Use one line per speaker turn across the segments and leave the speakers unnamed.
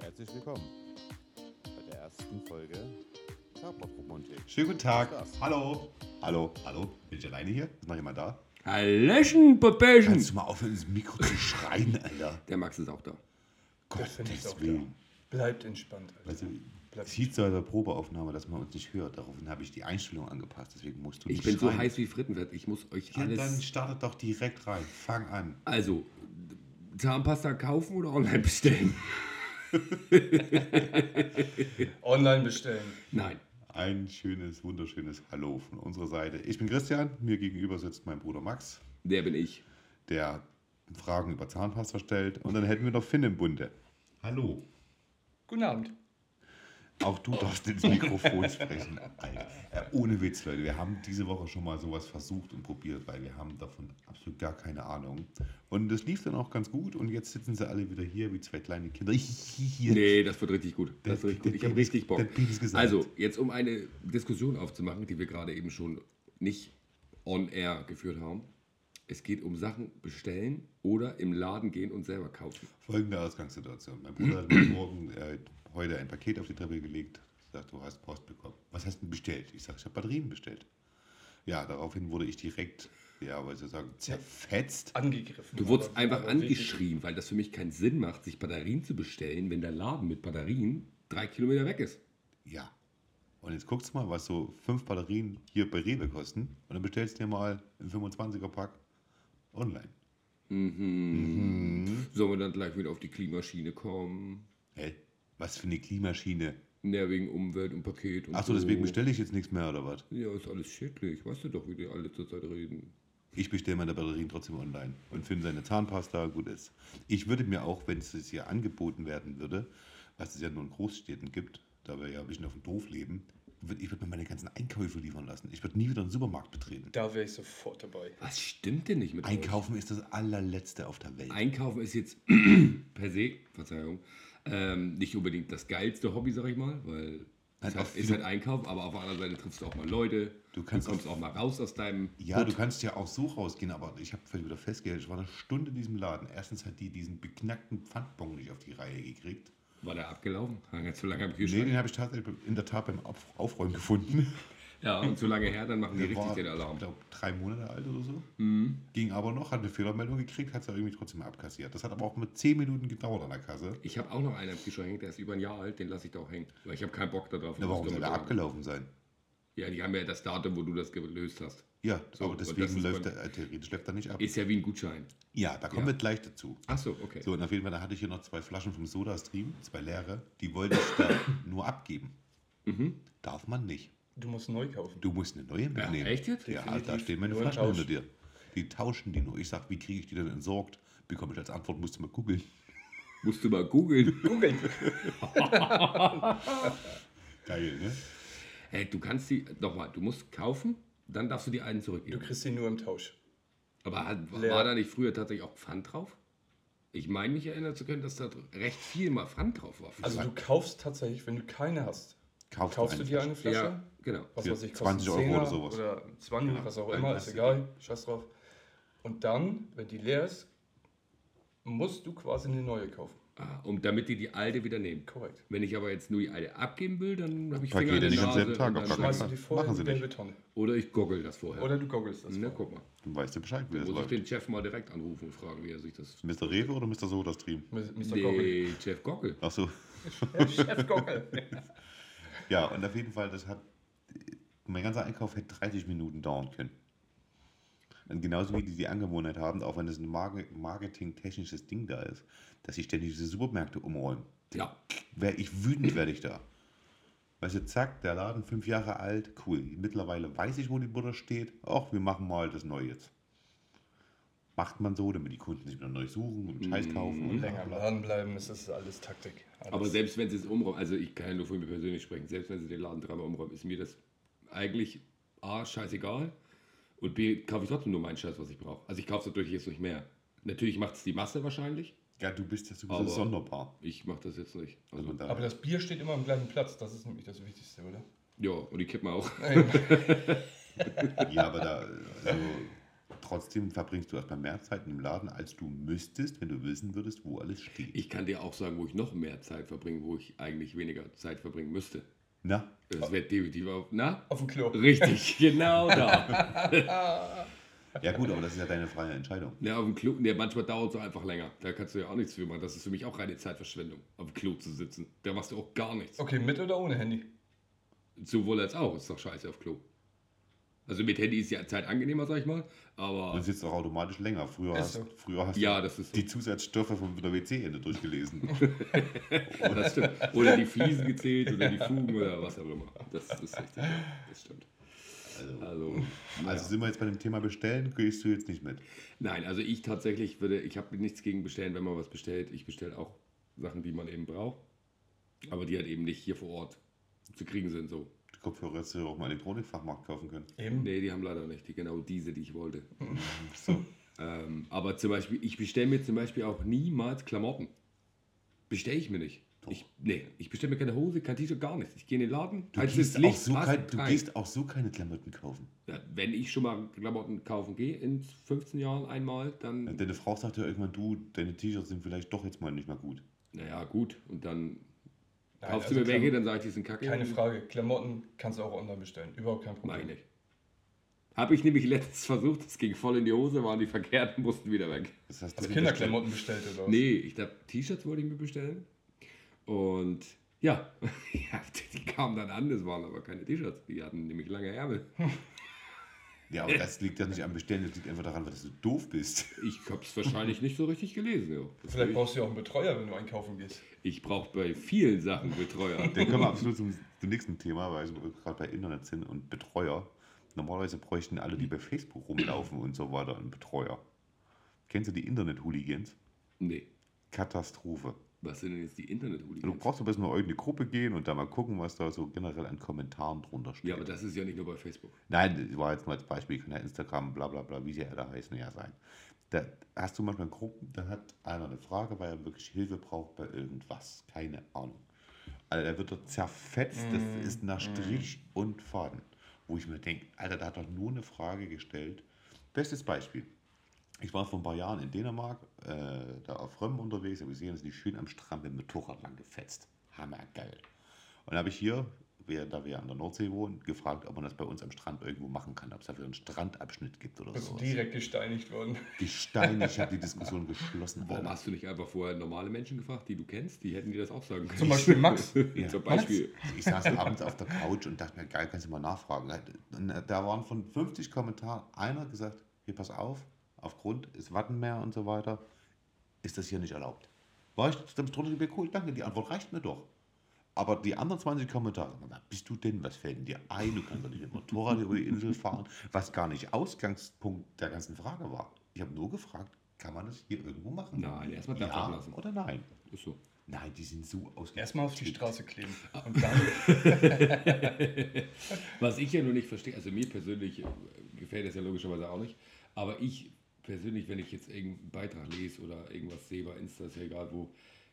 herzlich willkommen bei der ersten Folge Taprockromantik.
Schönen guten Tag.
Was ist das?
Hallo. Hallo, hallo. Bin ich alleine hier? Ist noch jemand da?
Hm.
Hallöchen, Popöchen.
Kannst du mal aufhören, ins Mikro zu schreien, Alter?
Der Max ist auch da.
finde ich
Gottes
auch
Willen.
Bleibt entspannt. Alter.
Weißt du,
Bleib-
es hieß zu einer Probeaufnahme, dass man uns nicht hört. Daraufhin habe ich die Einstellung angepasst. Deswegen musst du
Ich
nicht
bin so
schreien.
heiß wie Frittenfett. Ich muss euch
Ja, dann
alles.
startet doch direkt rein. Fang an.
Also, Zahnpasta kaufen oder online bestellen?
Online bestellen.
Nein.
Ein schönes, wunderschönes Hallo von unserer Seite. Ich bin Christian. Mir gegenüber sitzt mein Bruder Max,
Der bin ich.
der Fragen über Zahnpasta stellt. Und dann hätten wir noch Finn im Bunde. Hallo.
Guten Abend.
Auch du darfst ins Mikrofon sprechen. Alter. Äh, ohne Witz, Leute. Wir haben diese Woche schon mal sowas versucht und probiert, weil wir haben davon absolut gar keine Ahnung. Und das lief dann auch ganz gut. Und jetzt sitzen sie alle wieder hier wie zwei kleine Kinder.
Nee, das wird richtig gut. Das wird richtig gut. Ich habe richtig Bock.
Der Piep ist gesagt.
Also, jetzt um eine Diskussion aufzumachen, die wir gerade eben schon nicht on air geführt haben. Es geht um Sachen bestellen oder im Laden gehen und selber kaufen.
Folgende Ausgangssituation. Mein Bruder hat mir morgen äh, heute ein Paket auf die Treppe gelegt. Sagt, du hast Post bekommen. Was hast du denn bestellt? Ich sage, ich habe Batterien bestellt. Ja, daraufhin wurde ich direkt, ja, weil sie sagen, zerfetzt.
Angegriffen.
Du wurdest
Aber-
einfach
aber
angeschrien, weil das für mich keinen Sinn macht, sich Batterien zu bestellen, wenn der Laden mit Batterien drei Kilometer weg ist.
Ja. Und jetzt guckst du mal, was so fünf Batterien hier bei Rewe kosten. Und dann bestellst du dir mal einen 25er-Pack online.
Sollen wir dann gleich wieder auf die Klimaschiene kommen?
Hä? Was für eine Klimaschiene.
Ja, wegen Umwelt und Paket und
Achso,
so.
deswegen bestelle ich jetzt nichts mehr oder was?
Ja, ist alles schädlich. Weißt du doch, wie die alle zurzeit reden.
Ich bestelle meine Batterien trotzdem online und finde seine Zahnpasta gut ist. Ich würde mir auch, wenn es jetzt hier angeboten werden würde, was es ja nur in Großstädten gibt, da wir ja ein bisschen auf dem Dorf leben, würd- ich würde mir meine ganzen Einkäufe liefern lassen. Ich würde nie wieder einen Supermarkt betreten.
Da wäre ich sofort dabei.
Was stimmt denn nicht mit euch?
Einkaufen ist das allerletzte auf der Welt.
Einkaufen ist jetzt per se, Verzeihung, ähm, nicht unbedingt das geilste Hobby, sag ich mal, weil
Halt
es
auch
halt, ist
viel-
halt Einkaufen, aber auf der anderen Seite triffst du auch mal Leute.
Du kannst
du kommst auch mal raus aus deinem.
Ja, du kannst ja auch so rausgehen, aber ich habe wieder festgestellt, ich war eine Stunde in diesem Laden. Erstens hat die diesen beknackten Pfandbon nicht auf die Reihe gekriegt.
War der abgelaufen? Hang er zu lange am
Nee,
Kühlschrank?
den habe ich tatsächlich in der Tat beim Auf Aufräumen gefunden.
Ja, und zu lange her, dann machen die
Der
richtig
war,
den Alarm. Mhm.
Ich glaube, drei Monate alt oder so. Ging aber noch, hat eine Fehlermeldung gekriegt, hat es irgendwie trotzdem abkassiert. Das hat aber auch mit zehn Minuten gedauert an der Kasse.
Ich habe auch noch einen am Kühlschrank hängen, der ist über ein Jahr alt, den lasse ich da auch hängen. Weil ich habe keinen Bock darauf.
Na, warum soll der
abgelaufen?
abgelaufen sein?
Ja, die haben ja das Datum, wo du das gelöst hast.
Ja,
So,
aber
und das
deswegen
ist
läuft
beim-
der, äh, theoretisch läuft er nicht ab.
Ist ja wie ein Gutschein.
Ja, da kommen
Ja.
wir gleich dazu.
Achso, okay.
So, und auf jeden Fall, da hatte ich hier noch zwei Flaschen vom Soda-Stream, zwei leere. Die wollte ich da nur abgeben. Darf man nicht.
Du musst neu kaufen.
Du musst eine neue
Mhm. Ja,
mitnehmen.
echt jetzt?
Ja,
Definitiv.
da stehen meine
Nur
Flaschen
tauschen.
hinter dir. Die tauschen die nur. Ich sag, wie kriege ich die denn entsorgt? Bekomme ich als Antwort, musst du mal googeln.
Musst du mal googeln.
Googeln.
Geil, ne?
hey, du kannst die, nochmal, du musst kaufen, dann darfst du die einen
Du
zurückgeben.
kriegst sie nur im Tausch.
Aber hat,
Leer.
war da nicht früher tatsächlich auch Pfand drauf? Ich meine, mich erinnern zu können, dass da recht viel mal Pfand drauf war.
Also du kaufst tatsächlich, wenn du keine hast,
Kaufst,
kaufst
eine
du dir
Flasche.
eine Flasche?
ja, genau.
Was
Für
weiß ich, kostet
20 Euro
10er
oder sowas.
Oder 20, was auch
ein
immer, ist
Plastik.
egal, scheiß drauf. Und dann, wenn die leer ist, musst du quasi eine neue kaufen.
Ah, um, damit die die alte wieder nehmen.
Korrekt.
Wenn ich aber jetzt nur die alte abgeben will, dann habe ich
Pakete
Finger in der
nicht am
Nase.
selben Tag
und
auf
dann
gar
Schmeißt
keinen
du
schmeiß-
die
Fall.
vorher
Machen sie
in die
nicht. Ne?
Betonne.
Oder ich goggle das vorher.
Oder du goggelst das.
Na,
vor.
guck mal.
Dann weißt du Bescheid, wie das
Muss ich
läuft.
den Chef mal direkt anrufen und fragen, wie er sich das.
Mr. Rewe oder Mr. Soda-Stream?
Mr. Goggle.
Nee, Chef Gockel.
Achso.
Chef Goggle.
Ja, und auf jeden Fall, das hat. Mein ganzer Einkauf hätte 30 Minuten dauern können. Und genauso wie die die Angewohnheit haben, auch wenn das ein Marge- marketingtechnisches Ding da ist, dass sie ständig diese Supermärkte umräumen.
Ja,
Wär ich wütend, werde ich da. Weißt du, zack, der Laden fünf Jahre alt, cool. Mittlerweile weiß ich, wo die Butter steht. Ach, wir machen mal das Neue jetzt. Macht man so, damit die Kunden sich wieder neu suchen und Scheiß kaufen und bla
Länger im
bla.
Laden bleiben, das ist alles Taktik. Alles.
Genau. aber selbst wenn sie es umräumen, also ich kann ja nur von mir persönlich sprechen, selbst wenn sie den Laden dreimal umräumen, ist mir das eigentlich A, scheißegal und B, kaufe ich trotzdem nur meinen Scheiß, was ich brauche. Also ich kaufe es natürlich jetzt nicht mehr. Natürlich macht es die Masse wahrscheinlich.
Ja, du bist ja
Aber-
sowieso sonderbar.
Ich mache das jetzt nicht.
Also
Also,
von daher-
Aber das Bier steht immer am gleichen Platz, das ist nämlich das Wichtigste, oder?
ja, und die Kippen auch.
ja, aber da, also, trotzdem verbringst du erstmal mehr Zeit im Laden, als du müsstest, wenn du wissen würdest, wo alles steht.
Ich kann dir auch sagen, wo ich noch mehr Zeit verbringe, wo ich eigentlich weniger Zeit verbringen müsste.
Na,
Oh.
Das wäre definitiv auf. Na?
Auf dem Klo.
Richtig, genau da.
ja gut, aber das ist ja deine freie Entscheidung.
Ja, auf dem Klo, ja, manchmal dauert es einfach länger. Da kannst du ja auch nichts für machen. Das ist für mich auch reine Zeitverschwendung, auf dem Klo zu sitzen. Da machst du auch gar nichts.
Okay, mit oder ohne Handy?
Sowohl als auch. Ist doch scheiße auf Klo. Also mit Handy ist ja Zeit angenehmer, sag ich mal. Aber
Und sitzt auch automatisch länger. Früher
Ist
hast,
so.
früher hast
ja,
du
das ist
die Zusatzstoffe vom WC-Ende durchgelesen. Also,
das stimmt. Oder die Fliesen gezählt oder die Fugen oder was auch immer. Das ist richtig. ja. Das stimmt. Also,
Also sind wir jetzt bei dem Thema Bestellen, gehst du jetzt nicht mit.
Nein, also ich tatsächlich würde, ich habe nichts gegen bestellen, wenn man was bestellt. Ich bestelle auch Sachen, die man eben braucht, aber die halt eben nicht hier vor Ort zu kriegen sind so.
Die Kopfhörer hättest du auch mal Elektronikfachmarkt kaufen können.
Eben.
Nee, die haben leider nicht, die, genau diese, die ich wollte.
So.
Ähm, aber zum Beispiel, ich bestelle mir zum Beispiel auch niemals Klamotten. Bestelle ich mir nicht.
Doch.
Ich, nee, ich bestelle mir keine Hose, kein T-Shirt, gar nichts. Ich gehe in den Laden,
Du,
als
gehst
Also, es
auch
Licht
so
passt,
kein, du
rein.
gehst auch so keine Klamotten kaufen.
ja, Wenn ich schon mal Klamotten kaufen gehe, in 15 Jahren einmal, dann
Deine Frau sagt ja irgendwann, du, deine T-Shirts sind vielleicht doch jetzt mal nicht mehr gut.
Naja, gut. Und dann
Nein,
kaufst
also
du mir welche,
Klam-
dann sage ich, die sind kacke.
Keine
Und-
Frage. Klamotten kannst du auch online bestellen. Überhaupt kein
Mach ich
Problem.
nicht. Habe ich nämlich letztens versucht, es ging voll in die Hose, waren die verkehrt und mussten wieder weg.
Das heißt,
Hast
das
du Kinderklamotten bestellt oder was?
Nee, ich dachte, T-Shirts wollte ich mir bestellen. Und ja, ja, die kamen dann an, das waren aber keine T-Shirts. Die hatten nämlich lange Ärmel.
Ja, aber das liegt ja nicht am Bestellen, das liegt einfach daran, dass du doof bist.
Ich habe es wahrscheinlich nicht so richtig gelesen. Jo.
Vielleicht brauchst du ja auch einen Betreuer, wenn du einkaufen gehst.
Ich brauche bei vielen Sachen Betreuer.
Dann kommen wir absolut zum, zum nächsten Thema, weil wir gerade bei Internet sind und Betreuer. Normalerweise bräuchten alle, die bei Facebook rumlaufen und so weiter, einen Betreuer. Kennst du die Internet-Hooligans?
nee,
Katastrophe.
was sind denn jetzt die
Du
Internet-Hooligans?
brauchst am besten mal in irgendeine Gruppe gehen und da mal gucken, was da so generell an Kommentaren drunter steht.
Ja, aber das ist ja nicht nur bei Facebook.
Nein, das war jetzt mal als Beispiel, kann ja Instagram, bla bla bla, wie sie alle heißen, ja sein. Da hast du manchmal Gruppen, da hat einer eine Frage, weil er wirklich Hilfe braucht bei irgendwas. Keine Ahnung. Alter, der wird doch zerfetzt, das ist nach Strich und Faden. Wo ich mir denke, Alter, da hat doch nur eine Frage gestellt. Bestes Beispiel. Ich war vor ein paar Jahren in Dänemark, äh, da auf Römmen unterwegs, habe gesehen, dass die schön am Strand mit dem Motorrad lang gefetzt. Hammergeil. Und dann habe ich hier, wir, da wir an der Nordsee wohnen, gefragt, ob man das bei uns am Strand irgendwo machen kann, ob es dafür einen Strandabschnitt gibt oder
Bist du
so.
direkt gesteinigt worden.
Die Steine, ich habe die Diskussion geschlossen.
Warum
Alter.
hast du nicht einfach vorher normale Menschen gefragt, die du kennst? Die hätten dir das auch sagen können.
Zum Beispiel Max.
Ja.
Zum Beispiel.
Ich saß abends auf der Couch und dachte mir, geil, kannst du mal nachfragen. Und da waren von 50 Kommentaren einer gesagt, hier pass auf, aufgrund ist Wattenmeer und so weiter, ist das hier nicht erlaubt. War ich dann drunter geblieben, cool, danke, die Antwort reicht mir doch. Aber die anderen 20 Kommentare, na, bist du denn, was fällt denn dir ein? Du kannst doch nicht mit dem Motorrad über die Insel fahren, was gar nicht Ausgangspunkt der ganzen Frage war. Ich habe nur gefragt, kann man das hier irgendwo machen?
Nein, erstmal Dampf
ja
ablassen.
oder nein?
Ist so.
Nein, die sind so ausgegangen.
Erstmal auf die Straße kleben.
Ah.
Und dann
Was ich ja nur nicht verstehe, also mir persönlich äh, gefällt das ja logischerweise auch nicht, aber ich persönlich, wenn ich jetzt irgendeinen Beitrag lese oder irgendwas sehe bei Insta, ist ja egal wo,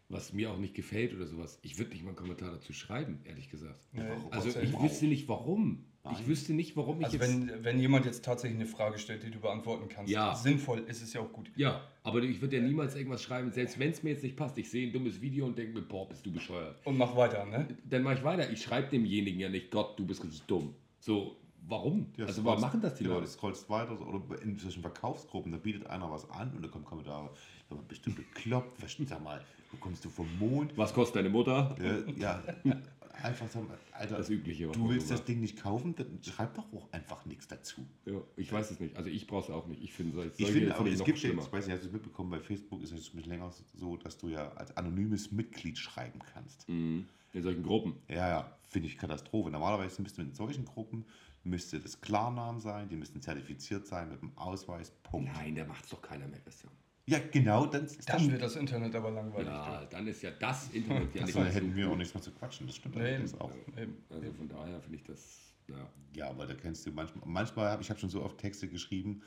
was mir auch nicht gefällt oder sowas, ich würde nicht mal einen Kommentar dazu schreiben, ehrlich gesagt.
Nee,
Also
Gott sei
ich
Dank.
wüsste nicht warum.
Nein.
Ich wüsste nicht, warum ich
Also
jetzt...
wenn, wenn jemand jetzt tatsächlich eine Frage stellt, die du beantworten kannst,
Ja.
sinnvoll ist es ja auch gut.
ja, aber ich würde ja niemals irgendwas schreiben, selbst wenn es mir jetzt nicht passt. Ich sehe ein dummes Video und denke mir, boah, bist du bescheuert.
Und mach weiter, ne?
dann mache ich weiter. Ich schreibe demjenigen ja nicht, Gott, du bist richtig dumm. So, warum?
Ja,
also,
scrollst-
warum machen das die
genau,
Leute?
Du scrollst weiter so, oder in solchen Verkaufsgruppen, da bietet einer was an und da kommen Kommentare. Sag mal, bist du bekloppt? Was, sag mal, wo kommst du vom Mond?
Was kostet deine Mutter?
Äh, ja, einfach sag mal, Alter,
Das Übliche, was
du
man so
willst das
macht.
Ding nicht kaufen, dann schreib doch auch einfach nichts dazu.
Ja, ich weiß es nicht. Also, ich brauche es auch nicht. Ich finde solche
Ich
solche
finde aber,
ich
es
noch
gibt ja,
schlimmer.
jetzt, weiß nicht, hast du es mitbekommen, bei Facebook ist es ein bisschen länger so, dass du ja als anonymes Mitglied schreiben kannst.
Mhm. In solchen Gruppen.
Ja, ja, finde ich Katastrophe. Normalerweise müsste in solchen Gruppen müsste das Klarnamen sein, die müssen zertifiziert sein mit dem Ausweis, Punkt.
Nein, da macht es doch keiner mehr, Christian.
Ja, genau, dann ist das
Dann wird das Internet aber langweilig.
Ja, dann ist ja das Internet ja
Das
nicht
war,
mehr so
hätten wir
gut.
auch nichts mehr zu quatschen, das stimmt
Nee,
allerdings
eben.
auch.
du. Eben.
Also, von daher finde ich das. Ja.
Ja, aber da kennst du manchmal, manchmal habe ich habe schon so oft Texte geschrieben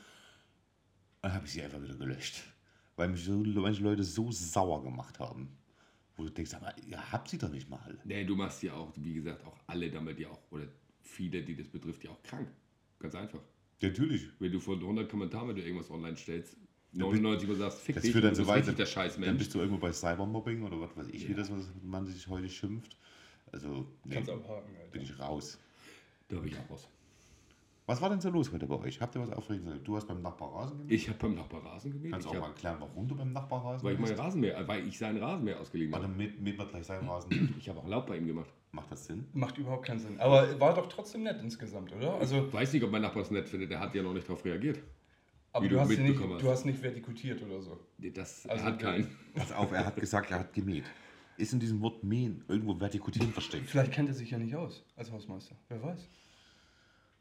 und habe ich sie einfach wieder gelöscht, weil mich so manche Leute so sauer gemacht haben, wo du denkst, aber ihr habt sie doch nicht mal alle.
Nee, du machst ja auch, wie gesagt, auch alle damit ja auch, oder viele, die das betrifft, ja auch krank. Ganz einfach.
Natürlich.
Wenn du von 100 Kommentaren, wenn du irgendwas online stellst,
Dann bin-
99 mal sagst, fick
Das
dich,
führt dann
du
so
bist
weiter.
richtig der scheiß
Dann
Mensch.
bist du irgendwo bei Cybermobbing oder was weiß ich, wie
Ja.
das was man sich heute schimpft. Also, nee,
Kannst abhaken, Alter.
bin ich raus.
Da bin ich auch raus.
Was war denn so los heute bei euch? Habt ihr was Aufregendes? Du hast beim Nachbar Rasen gemäht?
Ich habe beim Nachbar Rasen gemäht.
Kannst du
Ich
auch
hab,
mal erklären, warum du beim Nachbar Rasen
weil ich meinen
gemäht
Rasenmäher, weil ich seinen Rasenmäher ausgeliehen
Warte,
habe.
mit, mit wir gleich seinen Rasen.
Ich habe auch Laub bei ihm gemacht.
Macht das Sinn?
Macht überhaupt keinen Sinn. Aber war doch trotzdem nett insgesamt, oder? Also,
Ich weiß nicht, ob mein Nachbar es nett findet, der hat ja noch nicht darauf reagiert.
aber
Wie
du
du
hast, ihn nicht,
mitbekommen hast.
du hast nicht vertikutiert oder so.
Nee, Das
Also,
er hat keinen.
Pass auf, er hat gesagt, er hat gemäht. Ist in diesem Wort mähen irgendwo vertikutieren versteckt?
Vielleicht kennt er sich ja nicht aus als Hausmeister. Wer weiß.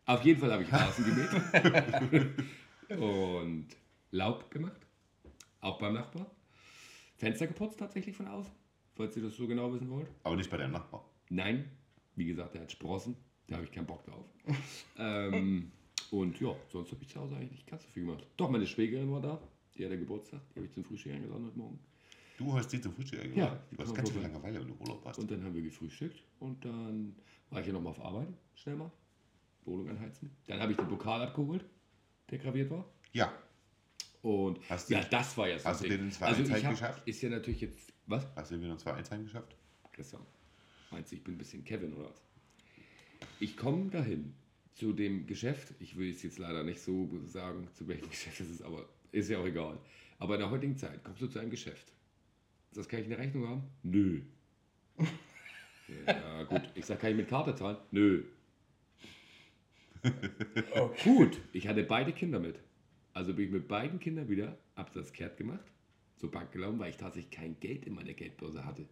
Auf jeden Fall habe ich Rasen gemäht und Laub gemacht, auch beim Nachbar. Fenster geputzt tatsächlich von außen, falls ihr das so genau wissen wollt.
Aber nicht bei deinem Nachbar.
Nein, wie gesagt, der hat Sprossen, da habe ich keinen Bock drauf. ähm, und ja, sonst habe ich zu Hause eigentlich nicht ganz so viel gemacht. Doch, meine Schwägerin war da, die hatte Geburtstag, die habe ich zum Frühstück eingeladen heute Morgen.
Du hast die zum Frühstück
Ja,
eingeladen.
die
du hast
kommen
ganz schön
vorbei.
Langeweile, wenn du Urlaub hast.
Und dann haben wir gefrühstückt und dann war ich ja nochmal auf Arbeit, schnell mal, Wohnung anheizen. Dann habe ich den Pokal abgeholt, der graviert war.
ja,
Und
Hast du-
ja, das war ja so
hast du
ein Ding. Also
den in zwei
ich
Einheiten
hab-
geschafft?
Ist ja natürlich jetzt. Was?
hast du wieder noch zwei Einzahlen geschafft?
Christian, meinst du, ich bin ein bisschen Kevin oder was? Ich komme dahin zu dem Geschäft. Ich will es jetzt leider nicht so sagen, zu welchem Geschäft es ist, aber ist ja auch egal. Aber in der heutigen Zeit kommst du zu einem Geschäft. Das kann ich eine Rechnung haben? Nö. ja, gut. Ich sag, kann ich mit Karte zahlen? Nö.
Okay.
Gut, ich hatte beide Kinder mit. Also bin ich mit beiden Kindern wieder absatzkehrt gemacht, zur Bank gelaufen, weil ich tatsächlich kein Geld in meiner Geldbörse hatte.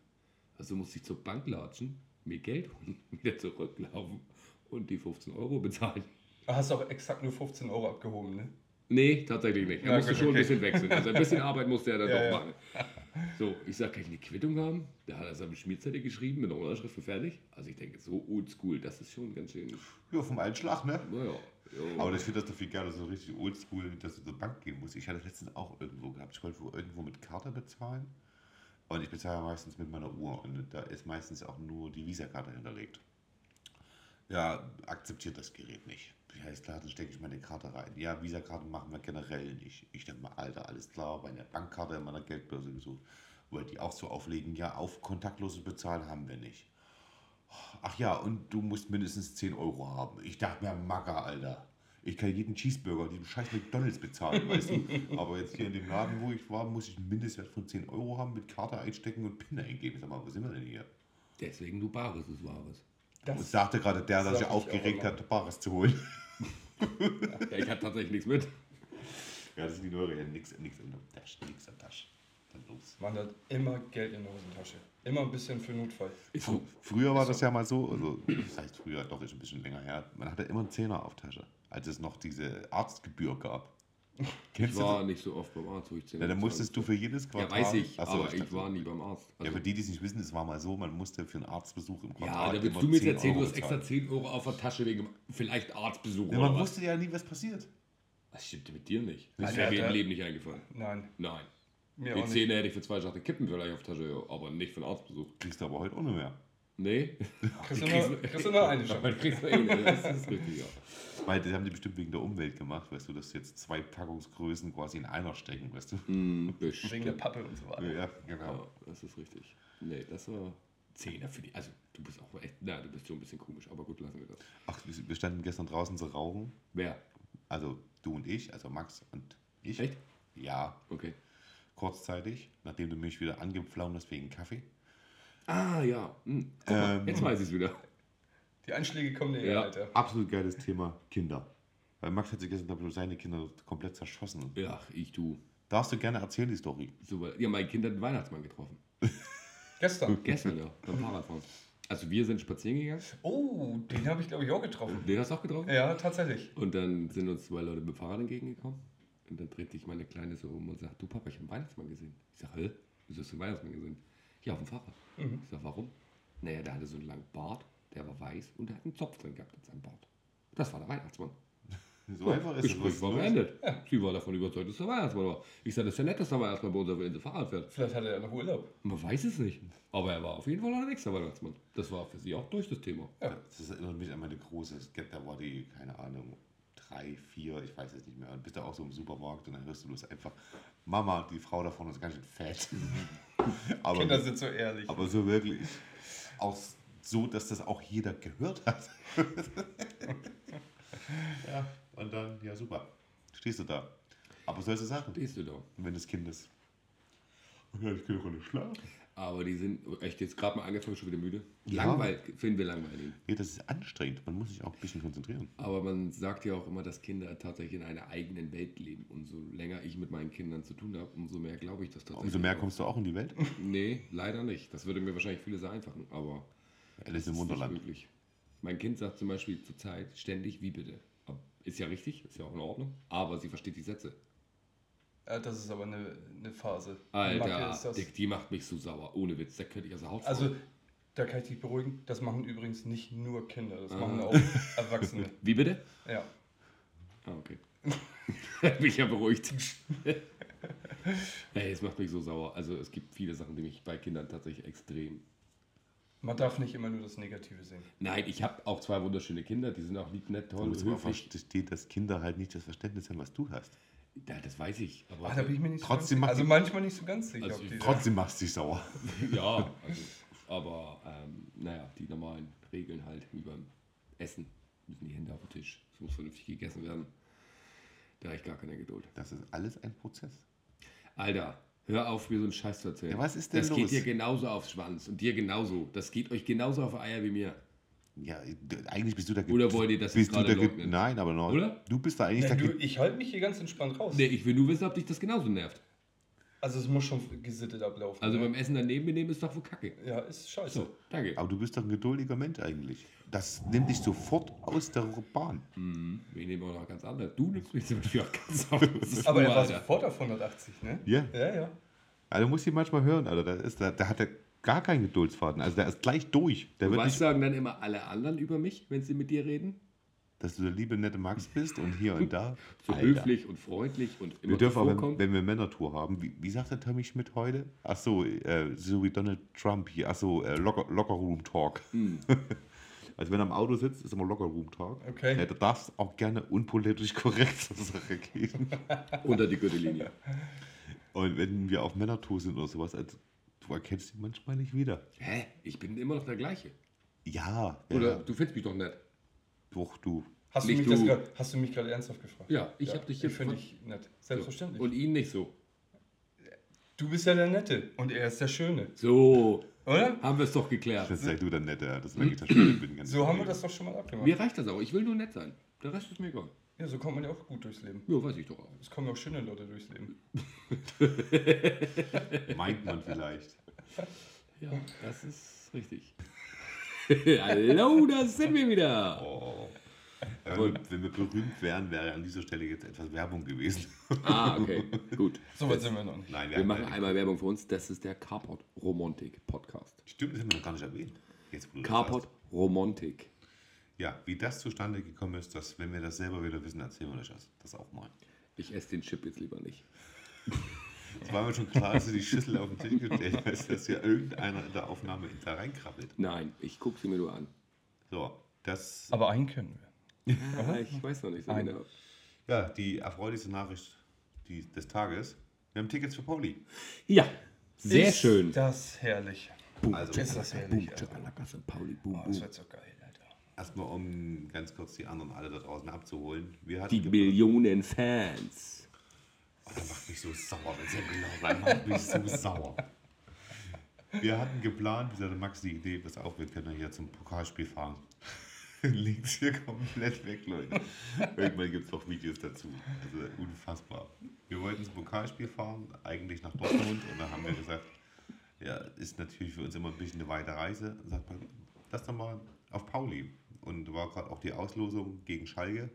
Also musste ich zur Bank latschen, mir Geld holen, wieder zurücklaufen und die 15 Euro bezahlen.
Hast auch exakt nur 15 Euro abgehoben, ne?
Nee, tatsächlich nicht. Er
Na
musste
gut,
schon
okay.
ein bisschen wechseln. Also ein bisschen Arbeit musste er dann
Ja,
doch
ja.
machen. So, ich sage, kann ich eine Quittung haben? Da hat er seine Schmierzettel geschrieben mit einer Unterschrift für fertig. Also ich denke, so oldschool, das ist schon ganz schön.
Ja, vom alten Schlag, ne?
Naja. jo.
Aber ich finde das doch viel geiler, so richtig oldschool, dass du zur Bank gehen musst. Ich hatte das letztens auch irgendwo gehabt. Ich wollte wo- irgendwo mit Karte bezahlen. Und ich bezahle meistens mit meiner Uhr. Und da ist meistens auch nur die Visa-Karte hinterlegt. Ja, akzeptiert das Gerät nicht. Ja, ist klar, dann stecke ich meine Karte rein. Ja, Visa-Karten machen wir generell nicht. Ich denke mal, Alter, alles klar, meine Bankkarte in meiner Geldbörse gesucht. Wollte die auch so auflegen, ja, auf kontaktloses Bezahlen haben wir nicht. Ach ja, und du musst mindestens 10 Euro haben. Ich dachte mir, Macker, Alter. Ich kann jeden Cheeseburger in diesem scheiß McDonalds bezahlen, weißt du. Aber jetzt hier in dem Laden, wo ich war, muss ich einen Mindestwert von 10 Euro haben, mit Karte einstecken und PIN eingeben. Sag mal, wo sind wir denn hier?
Deswegen du Bares ist Wahres.
Und sagte gerade der, dass
sag
ich
ich
aufgeregt
auch immer.
hat, Bares zu holen.
Ja, ich hatte tatsächlich nichts mit.
Ja, das ist die neue ja, nix, nix an der Tasche, nix an der Tasche. Dann los.
Man hat immer Geld in der Hosentasche. Immer ein bisschen für Notfall.
Ist so.
Früher war das ja mal so, also das heißt früher, doch ist ein bisschen länger her, man hatte immer einen Zehner auf Tasche, als es noch diese Arztgebühr gab. Kennst
Ich
du das?
war nicht so oft beim Arzt, wo ich 10
Ja, dann
bezahlen
musstest du für jedes
Ja,
Quartal.
weiß ich,
Achso,
aber
dachte-
ich war nie beim Arzt.
Ja,
Also,
für die, die es nicht wissen, es war mal so, man musste für einen Arztbesuch im Quartal.
ja, da willst
immer
du mir jetzt
10
erzählen, du
Euro
hast extra
bezahlen.
10 Euro auf der Tasche wegen vielleicht Arztbesuch
Ja,
oder
man
was.
wusste ja nie, was passiert.
Das stimmt mit dir nicht.
Alter,
Das wäre mir
Alter.
im Leben nicht eingefallen.
Nein,
Nein.
mir
die
auch nicht.
10 hätte ich für zwei Schachteln Kippen vielleicht auf der Tasche, ja, aber nicht für einen Arztbesuch.
Kriegst du aber heute ohne mehr.
Nee?
Kriegst du nur- kriegst du nur eine
Aber
Schachtel.
dann kriegst du eh nicht. Das ist richtig, ja.
Weil das haben die bestimmt wegen der Umwelt gemacht, weißt du, dass jetzt zwei Packungsgrößen quasi in einer stecken, weißt du?
Hm,
Wegen der
bestimmt.
Pappe und so weiter.
Ja,
Ja,
genau.
das ist richtig. Nee, das war 10er für die. Also, du bist auch echt. Na, du bist so ein bisschen komisch, aber gut, lassen wir das.
Ach, wir wir standen gestern draußen zu rauchen.
Wer?
Also du und ich, also Max und ich.
Echt?
Ja,
Okay.
kurzzeitig, nachdem du mich wieder angepflaumt hast wegen Kaffee.
Ah, ja. Hm. Guck mal,
Ähm.
jetzt weiß ich es wieder.
Die Einschläge kommen näher,
Ja.
Alter.
Absolut geiles Thema, Kinder. Weil Max hat sich gestern, glaube ich, seine Kinder komplett zerschossen.
Ja, ich du.
Darfst du gerne erzählen, die Story?
So, weil- ja, mein Kind hat einen Weihnachtsmann getroffen.
Gestern.
Gestern, ja, beim Fahrradfahren. Also wir sind spazieren gegangen.
Oh, den habe ich, glaube ich, auch getroffen.
Den hast du auch getroffen?
Ja, tatsächlich.
Und dann sind uns zwei Leute mit dem Fahrrad entgegengekommen. Und dann dreht sich meine Kleine so um und sagt, du Papa, ich habe einen Weihnachtsmann gesehen. Ich sage, hä? Wieso hast du einen Weihnachtsmann gesehen? Ja, auf dem Fahrrad.
Mhm.
Ich sage, warum? Naja, der hatte so einen langen Bart, der war weiß und der hat einen Zopf drin gehabt in seinem Bart. Das war der Weihnachtsmann.
So einfach ist
Gespräch
es.
war
Was ist los?
beendet. Sie war davon überzeugt, dass der Weihnachtsmann war. Ich sage, das ist ja nett, dass der Weihnachtsmann bei uns auf der Insel Fahrrad fährt.
Vielleicht hatte er noch Urlaub.
Man weiß es nicht. Aber er war auf jeden Fall der nächste Weihnachtsmann. Das war für sie auch durch das Thema.
Das erinnert mich an meine Große. Es gibt- Da war die, keine Ahnung, drei, vier, ich weiß es nicht mehr. Und bist da auch so im Supermarkt und dann hörst du das einfach, Mama, die Frau da vorne ist ganz schön fett. aber,
Kinder sind so ehrlich.
aber so wirklich. Auch so, dass das auch jeder gehört hat. ja, und dann, ja super. Stehst du da. Aber solche Sachen,
Stehst du da.
wenn das Kind ist. Ja, ich kann doch nicht schlafen.
Aber die sind echt jetzt gerade mal angefangen, schon wieder müde.
Ja.
Langweilig, finden wir langweilig.
Ja, das ist anstrengend. Man muss sich auch ein bisschen konzentrieren.
Aber man sagt ja auch immer, dass Kinder tatsächlich in einer eigenen Welt leben. Umso länger ich mit meinen Kindern zu tun habe, umso mehr glaube ich das tatsächlich.
Umso mehr
auch.
kommst du auch in die Welt.
Nee, leider nicht. Das würde mir wahrscheinlich vieles vereinfachen, aber
Alice im
ist nicht
Wunderland.
möglich. Mein Kind sagt zum Beispiel zurzeit ständig, wie bitte. Ab- Ist ja richtig, ist ja auch in Ordnung, aber sie versteht die Sätze.
Ja, Äh, das ist aber eine, eine Phase. Eine Macke ist
Alter,
das.
die, die macht mich so sauer, ohne Witz, da könnte ich also Haut
Also,
fahren.
da kann ich dich beruhigen. Das machen übrigens nicht nur Kinder, das machen
Ah.
auch Erwachsene.
Wie bitte?
Ja.
Ah, okay. Hat mich ja beruhigt. Ey, es macht mich so sauer. Also es gibt viele Sachen, die mich bei Kindern tatsächlich extrem.
Man darf nicht immer nur das Negative sehen.
Nein, ich habe auch zwei wunderschöne Kinder, die sind auch lieb, nett,
Du
toll,
musst aber auch
höflich.
verstehen, dass Kinder halt nicht das Verständnis haben, was du hast.
Ja, das weiß ich. Aber
Ah,
Ach, Ah, da bin ich mir nicht
Trotzdem
so
macht
ganz sicher. Also
die-
manchmal nicht so ganz sicher.
Also
ob
ich-
die-
Trotzdem machst du dich sauer.
Ja, also, aber ähm, naja, die normalen Regeln halt wie beim Essen müssen die Hände auf den Tisch. Es muss vernünftig gegessen werden. Da habe ich gar keine Geduld.
Das ist alles ein Prozess.
Alter, hör auf, mir so einen Scheiß zu erzählen.
Ja, was ist denn
das
los?
geht dir genauso aufs Schwanz und dir genauso. Das geht euch genauso auf Eier wie mir.
Ja, d- eigentlich bist du da ge-
Oder wollt ihr das
bist
jetzt
du
gerade
da ge-
leugnen?
Nein, aber noch.
Oder?
Du bist da eigentlich
Ja,
da
du,
ge-
ich halte mich hier ganz entspannt raus.
Nee, ich will nur wissen, ob dich das genauso nervt.
Also es muss schon gesittet ablaufen.
Also
ne?
beim Essen daneben benehmen ist doch wohl Kacke.
ja, ist scheiße.
So, danke.
Aber du bist doch ein geduldiger Mensch eigentlich. Das nimmt dich sofort aus der Bahn.
Mhm. Wir nehmen auch noch ganz anders. Du nimmst mich zum Beispiel auch ganz anders.
Aber er war
Alter.
sofort auf 180, ne?
Ja.
Ja, ja.
Also muss ich manchmal hören, Alter. Da, ist, da, da hat er gar keinen Geduldsfaden. Also der ist gleich durch. Der wird
Was
nicht,
sagen dann immer alle anderen über mich, wenn sie mit dir reden?
dass du der liebe, nette Max bist und hier und da.
So
Alter.
höflich und freundlich und immer
Wir dürfen aber,
zuvorkommend.
wenn wir Männertour haben, wie, wie sagt der Tommy Schmidt heute? Ach so, äh, so wie Donald Trump hier. Ach so, äh, Locker, Lockerroom Talk.
Hm.
also wenn er im Auto sitzt, ist immer Lockerroom Talk.
Okay.
Ja, du darfst auch gerne unpolitisch korrekt zur Sache gehen.
unter die Gürtellinie.
Und wenn wir auf Männertour sind oder sowas, also, du erkennst ihn manchmal nicht wieder.
Hä? Ich bin immer noch der gleiche.
Ja, ja,
Oder
ja.
du findest mich doch nett.
Doch, du.
Hast du,
Nicht
mich das
du.
grad, hast du mich gerade ernsthaft gefragt?
Ja, ich hab dich hier
Ich finde
gefragt.
ich nett.
So.
Selbstverständlich.
Und ihn nicht so.
du bist ja der Nette und er ist der Schöne,
So,
oder?
haben wir es doch geklärt.
Das sei du der Nette, ja. das
Hm?
merke ich das schon. Ich bin ganz
So haben wir das doch schon mal abgemacht.
Mir reicht das auch. Ich will nur nett sein. Der Rest ist mir egal.
Ja, so kommt man ja auch gut durchs Leben.
Ja, weiß ich doch auch.
Es kommen ja auch schöne Leute durchs Leben.
Meint man vielleicht.
Ja, das ist richtig. Hallo, da sind wir wieder.
Oh. Ja, Wenn, wir- Ähm, wenn wir berühmt wären, wäre an dieser Stelle jetzt etwas Werbung gewesen.
Ah, okay, gut.
So weit sind wir noch nicht.
Nein,
Wir
haben
machen
keine-
einmal Werbung für uns. Das ist der Carport Romantik Podcast.
Stimmt, das haben wir noch gar nicht erwähnt. Jetzt, wo du das
Carport
sagst.
Romantik.
Ja, wie das zustande gekommen ist, dass, wenn wir das selber wieder wissen, erzählen wir euch das, das auch mal.
Ich esse den Chip jetzt lieber nicht.
Es war mir schon klar, dass du die Schüssel auf den Tisch gestellt hast, dass ja irgendeiner in der Aufnahme da reinkrabbelt.
Nein, ich gucke sie mir nur an.
So, das,
Aber einen können wir.
Ah, ich weiß noch nicht so
Ein-
genau.
ja, die erfreulichste Nachricht die, des Tages. Wir haben Tickets für Pauli.
Ja, sehr
ist
schön.
das herrlich.
Also,
Ist das herrlich,
Boom,
Alter.
Chakalaka, St. Pauli, boom,
Oh, das
boom.
wird so geil, Alter.
erstmal, um ganz kurz die anderen alle da draußen abzuholen. Wir hatten
Die Millionen Fans.
Oh, das macht mich so sauer, wenn sie gelaufen Das macht mich so sauer. Wir hatten geplant, wie hatte Max die Idee, pass auf, wir können ja hier zum Pokalspiel fahren. Links hier komplett weg, Leute. Irgendwann gibt es auch Videos dazu. Also unfassbar. Wir wollten zum Pokalspiel fahren, eigentlich nach Dortmund. Und dann haben wir gesagt, ja, ist natürlich für uns immer ein bisschen eine weite Reise. Dann sagt man, lass doch mal auf Pauli. Und da war gerade auch die Auslosung gegen Schalke.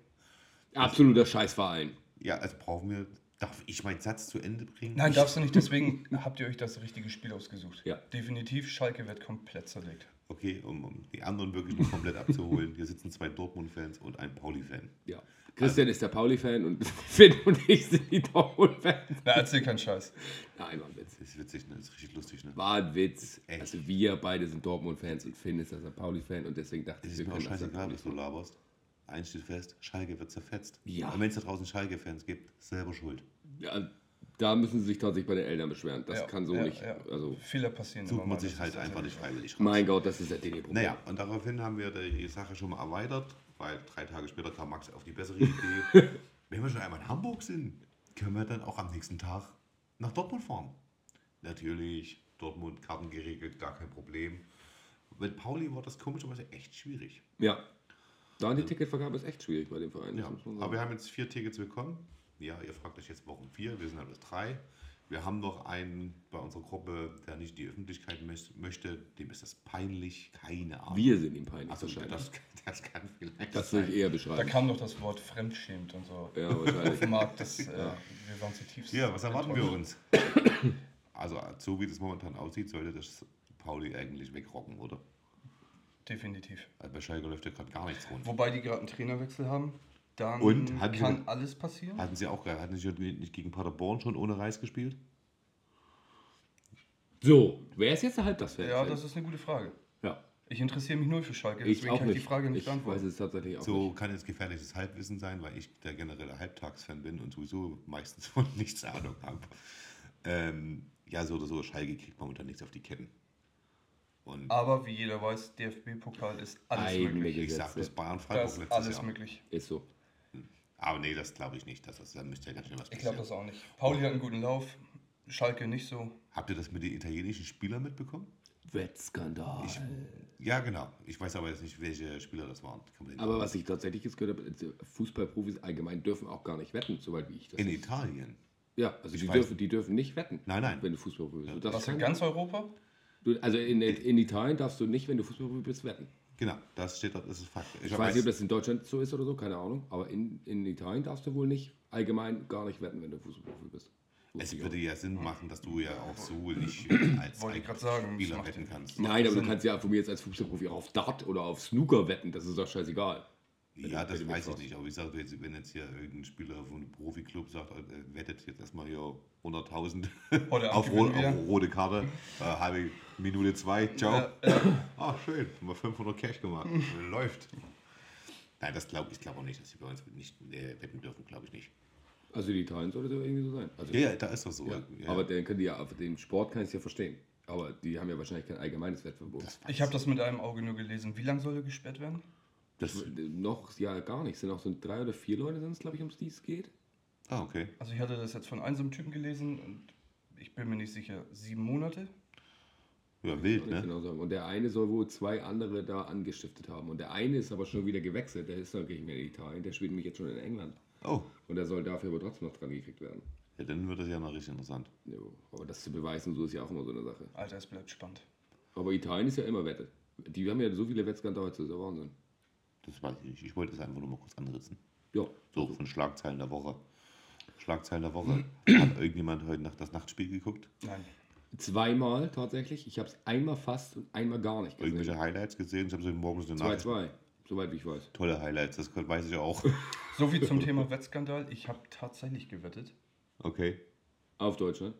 Absoluter Scheißverein.
Ja, also brauchen wir, darf ich meinen Satz zu Ende bringen?
Nein, darfst du nicht. Deswegen habt ihr euch das richtige Spiel ausgesucht.
Ja.
Definitiv, Schalke wird komplett zerlegt.
Okay, um, um die anderen wirklich nur komplett abzuholen. Hier sitzen zwei Dortmund-Fans und ein Pauli-Fan.
Ja. Christian ist der Pauli-Fan und Finn und ich sind die Dortmund-Fans.
Na, erzähl keinen Scheiß.
Nein, war ein Witz.
Das ist witzig, ne? Das ist richtig lustig, ne?
War ein Witz.
Echt?
Also wir beide sind Dortmund-Fans und Finn ist der St. Pauli-Fan und deswegen dachte
Es
ich,
ist
wir
mir auch
können das St.
scheißegal,
Pauli.
was du laberst. Eins steht fest, Schalke wird zerfetzt.
Ja.
Und wenn es da draußen Schalke-Fans gibt, selber schuld.
Ja, da müssen sie sich tatsächlich bei den Eltern beschweren. Das
Ja,
kann so
ja,
nicht.
ja.
Also,
Fehler passieren.
Sucht
immer mal,
man sich
das
halt
ist
einfach
ja-
nicht freiwillig raus.
mein Gott, das ist das Ding.
Naja, und daraufhin haben wir die Sache schon mal erweitert, weil drei Tage später kam Max auf die bessere Idee. Wenn wir schon einmal in Hamburg sind, können wir dann auch am nächsten Tag nach Dortmund fahren. Natürlich, Dortmund Karten geregelt, gar kein Problem. Mit Pauli war das komischerweise echt schwierig.
Ja. Da die Ticketvergabe ist echt schwierig bei dem Verein. das
Ja,
muss man sagen.
aber wir haben jetzt vier Tickets bekommen. Ja, ihr fragt euch jetzt, warum vier? Wir sind halt bis drei. Wir haben noch einen bei unserer Gruppe, der nicht die Öffentlichkeit möcht- möchte. Dem ist das peinlich. Keine Ahnung.
Wir sind ihm peinlich
Achso,
wahrscheinlich.
das, das kann vielleicht
Das
sein.
würde ich eher
Da
beschreiben.
kam noch das Wort fremdschämt und so.
Ja, wahrscheinlich.
Marc, das, äh, wir waren zutiefst.
Ja, was erwarten wir
enttäuscht.
uns? Also, so wie das momentan aussieht, sollte das Pauli eigentlich wegrocken, oder?
Definitiv.
Also bei Schalke läuft ja gerade gar nichts rund.
Wobei die gerade einen Trainerwechsel haben, dann
Und? Hatten
kann
wir-
alles passieren.
Hatten sie auch geil. Hatten sie nicht gegen Paderborn schon ohne Reis gespielt?
So, wer ist jetzt der Halbtagsfan?
Ja, das ist eine gute Frage.
ja.
Ich interessiere mich null für Schalke,
Ich
deswegen
auch
kann ich
nicht.
die Frage nicht
ich weiß
beantworten.
es tatsächlich auch
So
nicht.
kann jetzt gefährliches Halbwissen sein, weil ich der generelle Halbtagsfan bin und sowieso meistens von nichts Ahnung habe. Ähm, ja, so oder so, Schalke kriegt momentan nichts auf die Ketten. Und
Aber wie jeder weiß, DFB-Pokal ist alles
Eigentlich
möglich.
ich
Gesetze.
sag das Bayern
Da
Freiburg
ist
letztes
alles
Jahr.
möglich.
Ist so.
Aber nee, das glaube ich nicht. Das, das, da müsste ja ganz schnell was
Ich
passieren.
glaube das auch nicht. Pauli hat einen guten Lauf, Schalke nicht so.
Habt ihr das mit den italienischen Spielern mitbekommen?
Wettskandal.
Ja, genau. Ich weiß aber jetzt nicht, welche Spieler das waren. Kann man den-
Aber was ich tatsächlich jetzt gehört habe, äh, Fußballprofis allgemein dürfen auch gar nicht wetten, soweit wie ich das.
In Italien.
ja, also die
weiß-
dürfen, die dürfen nicht wetten.
Nein, nein.
Wenn du Fußballprofi bist. Und Das
Was in
kann,
ganz Europa?
du, also in, in Italien darfst du nicht, wenn du Fußballprofi bist, wetten.
Genau, das steht dort, das ist Fakt.
Ich weiß nicht, ob das in Deutschland so ist oder so, keine Ahnung. Aber in, in Italien darfst du wohl nicht allgemein gar nicht wetten, wenn du Fußballprofi bist.
es
Wusste ich auch.
würde ja Sinn machen, dass du ja auch so nicht als
Wollte ich
ein
grad sagen, das
Spieler
macht
wetten
ja-
kannst.
Nein, aber du kannst ja von mir jetzt als Fußballprofi auch auf Dart oder auf Snooker wetten, das ist doch scheißegal.
Ja,
Wenn du-
das
wenn du
weiß ich
mitmachst.
nicht. Aber wie gesagt, jetzt- wenn jetzt hier irgendein Spieler von einem Profiklub sagt, äh, wettet jetzt erstmal hier 100.000
Heute Abend
auf, ro
gewinnen wir.
auf rote Karte, äh, halbe Minute zwei, ciao.
Äh, äh,
Ah, schön, haben wir 500 Cash gemacht. Läuft. Nein, das glaube ich glaube auch nicht, dass sie bei uns nicht äh, wetten dürfen, glaube ich nicht.
Also die Italien sollte doch irgendwie so sein. Also,
Ja, ja, da ist das so.
ja.
Ja.
Aber dann können die ja, auf den Sport kann ich es ja verstehen. Aber die haben ja wahrscheinlich kein allgemeines Wettverbot.
Das weiß
Ich habe das mit einem Auge nur gelesen. Wie lange soll er gesperrt werden?
Das,
noch ja gar nicht. Sind auch so drei oder vier Leute, sind es, glaube ich, ums die es geht.
ah, okay.
Also ich hatte das jetzt von einem so einem Typen gelesen und ich bin mir nicht sicher. Sieben Monate?
Ja, wild,
Kann ich
ne?
Genau sagen. Und der eine soll wohl zwei andere da angestiftet haben. Und der eine ist aber schon
Hm.
wieder gewechselt. Der ist dann nicht mehr in Italien, der spielt nämlich jetzt schon in England.
Oh,
Und der soll dafür aber trotzdem noch dran gekriegt werden.
ja, dann wird das ja mal richtig interessant.
Jo. Aber das zu beweisen, so ist ja auch immer so eine Sache.
Alter, es bleibt spannend.
Aber Italien ist ja immer Wette. Die haben ja so viele Wettskandale, das ist ja Wahnsinn.
Das weiß ich nicht. Ich wollte es einfach nur mal kurz anritzen.
Ja,
So, von Schlagzeilen der Woche. Schlagzeilen der Woche. Hat irgendjemand heute Nacht das Nachtspiel geguckt?
Nein.
zweimal tatsächlich. Ich habe es einmal fast und einmal gar nicht gesehen.
Irgendwelche Highlights gesehen? Ich habe so morgens eine Nachricht.
2-2, soweit ich weiß.
Tolle Highlights, das weiß ich auch.
So viel zum Thema Wettskandal. Ich habe tatsächlich gewettet.
Okay.
Auf Deutschland.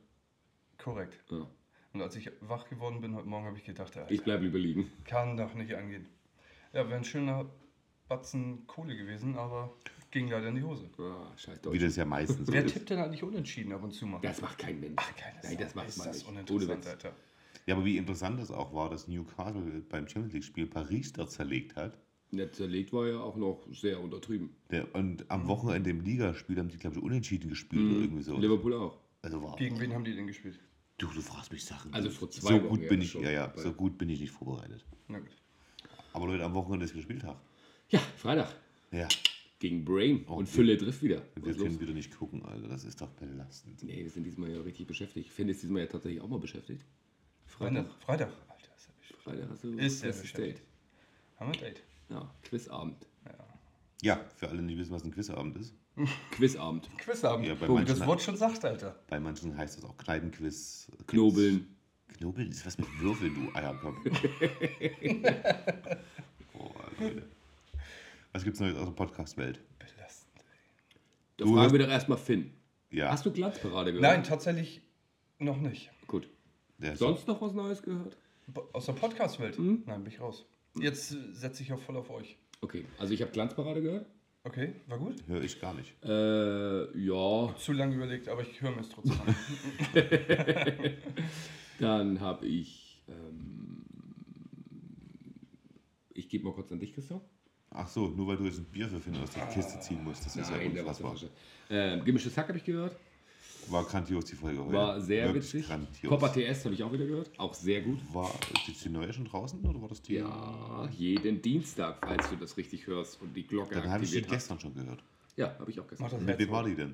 Korrekt.
Ja.
Und als ich wach geworden bin heute Morgen, habe ich gedacht, Alter,
Ich bleibe lieber liegen.
kann doch nicht angehen. Ja, wäre ein schöner Batzen Kohle gewesen, aber ging leider in die Hose.
Ah, scheiß
Wie
Deutschland.
das ja meistens so
Wer
ist.
tippt denn eigentlich unentschieden ab und zu mal?
Das macht kein Mensch.
Ach, keine
Nein, das
Sau.
macht
Ist
man
das
nicht. Ohne
uninteressant,
Witz.
Alter.
Ja, aber wie interessant das auch war, dass Newcastle beim Champions League-Spiel Paris da zerlegt hat.
Der zerlegt war ja auch noch sehr untertrieben.
Der, und
Mhm.
am Wochenende im Ligaspiel haben die, glaube ich, unentschieden gespielt oder irgendwie so.
Liverpool auch.
Also war
Gegen wen haben die denn gespielt?
Du, du fragst mich Sachen.
Also vor zwei
so
Wochen
gut
ja
bin
das
ich,
schon.
ja, ja, so gut bin ich nicht vorbereitet.
Na gut.
Aber Leute, am Wochenende ist Gespieltag.
Ja, Freitag.
Ja,
Gegen Brain.
Oh,
und
die-
Fülle trifft wieder.
wir
Was ist los?
können wieder nicht gucken, Alter. Das ist doch belastend.
Nee, wir sind diesmal ja richtig beschäftigt. Ich finde es diesmal ja tatsächlich auch mal beschäftigt. Freitag.
Freitag. Alter, ist ja bestimmt.
Freitag hast du
Ist er
erstes Date.
beschäftigt. Haben wir ein Date?
Ja, Quizabend.
Ja, für alle, die nicht wissen, was ein Quizabend ist.
Quizabend.
Quizabend.
Ja, bei
Wo
manchen
das
hat-
Wort schon sagt, Alter.
Bei manchen heißt das auch Kneipenquiz.
Knobeln.
Knobeln ist was mit Würfeln, du Eierkopf. oh, Leute. Was gibt's Neues aus der Podcast-Welt?
Belastend.
Da
Du
fragen
hast-
wir doch erstmal Finn.
Ja.
Hast du Glanzparade gehört?
Nein, tatsächlich noch nicht.
Gut.
der ist-
Sonst noch was Neues gehört? Mhm.
Bo- Aus der Podcast-Welt? Nein, bin ich raus. Jetzt äh, setze ich auch voll auf euch.
Okay, also ich habe Glanzparade gehört.
Okay, war gut.
Höre ich gar nicht.
Äh, ja,
Zu lange überlegt, aber ich höre mir es trotzdem an.
dann habe ich. Ähm, ich gebe mal kurz an dich, Christoph.
Ach so, nur weil du jetzt ein Bier für Finn aus der Kiste ziehen musst. Das ist ja
der war's
unfassbar.
doch schon. Ähm, Gemischtes Hack habe ich gehört.
War grandios die Folge heute.
War sehr
Oh Wirklich
witzig.
Grandios.
Copper TS habe ich auch wieder gehört. Auch sehr gut.
War ist jetzt die neue schon draußen oder war das die?
Ja, jeden Dienstag, falls du das richtig hörst und die Glocke
Dann habe ich die
aktiviert hast.
gestern schon gehört.
Ja, habe ich auch
Mach
gesagt.
das
Mit wem
jetzt.
war die denn?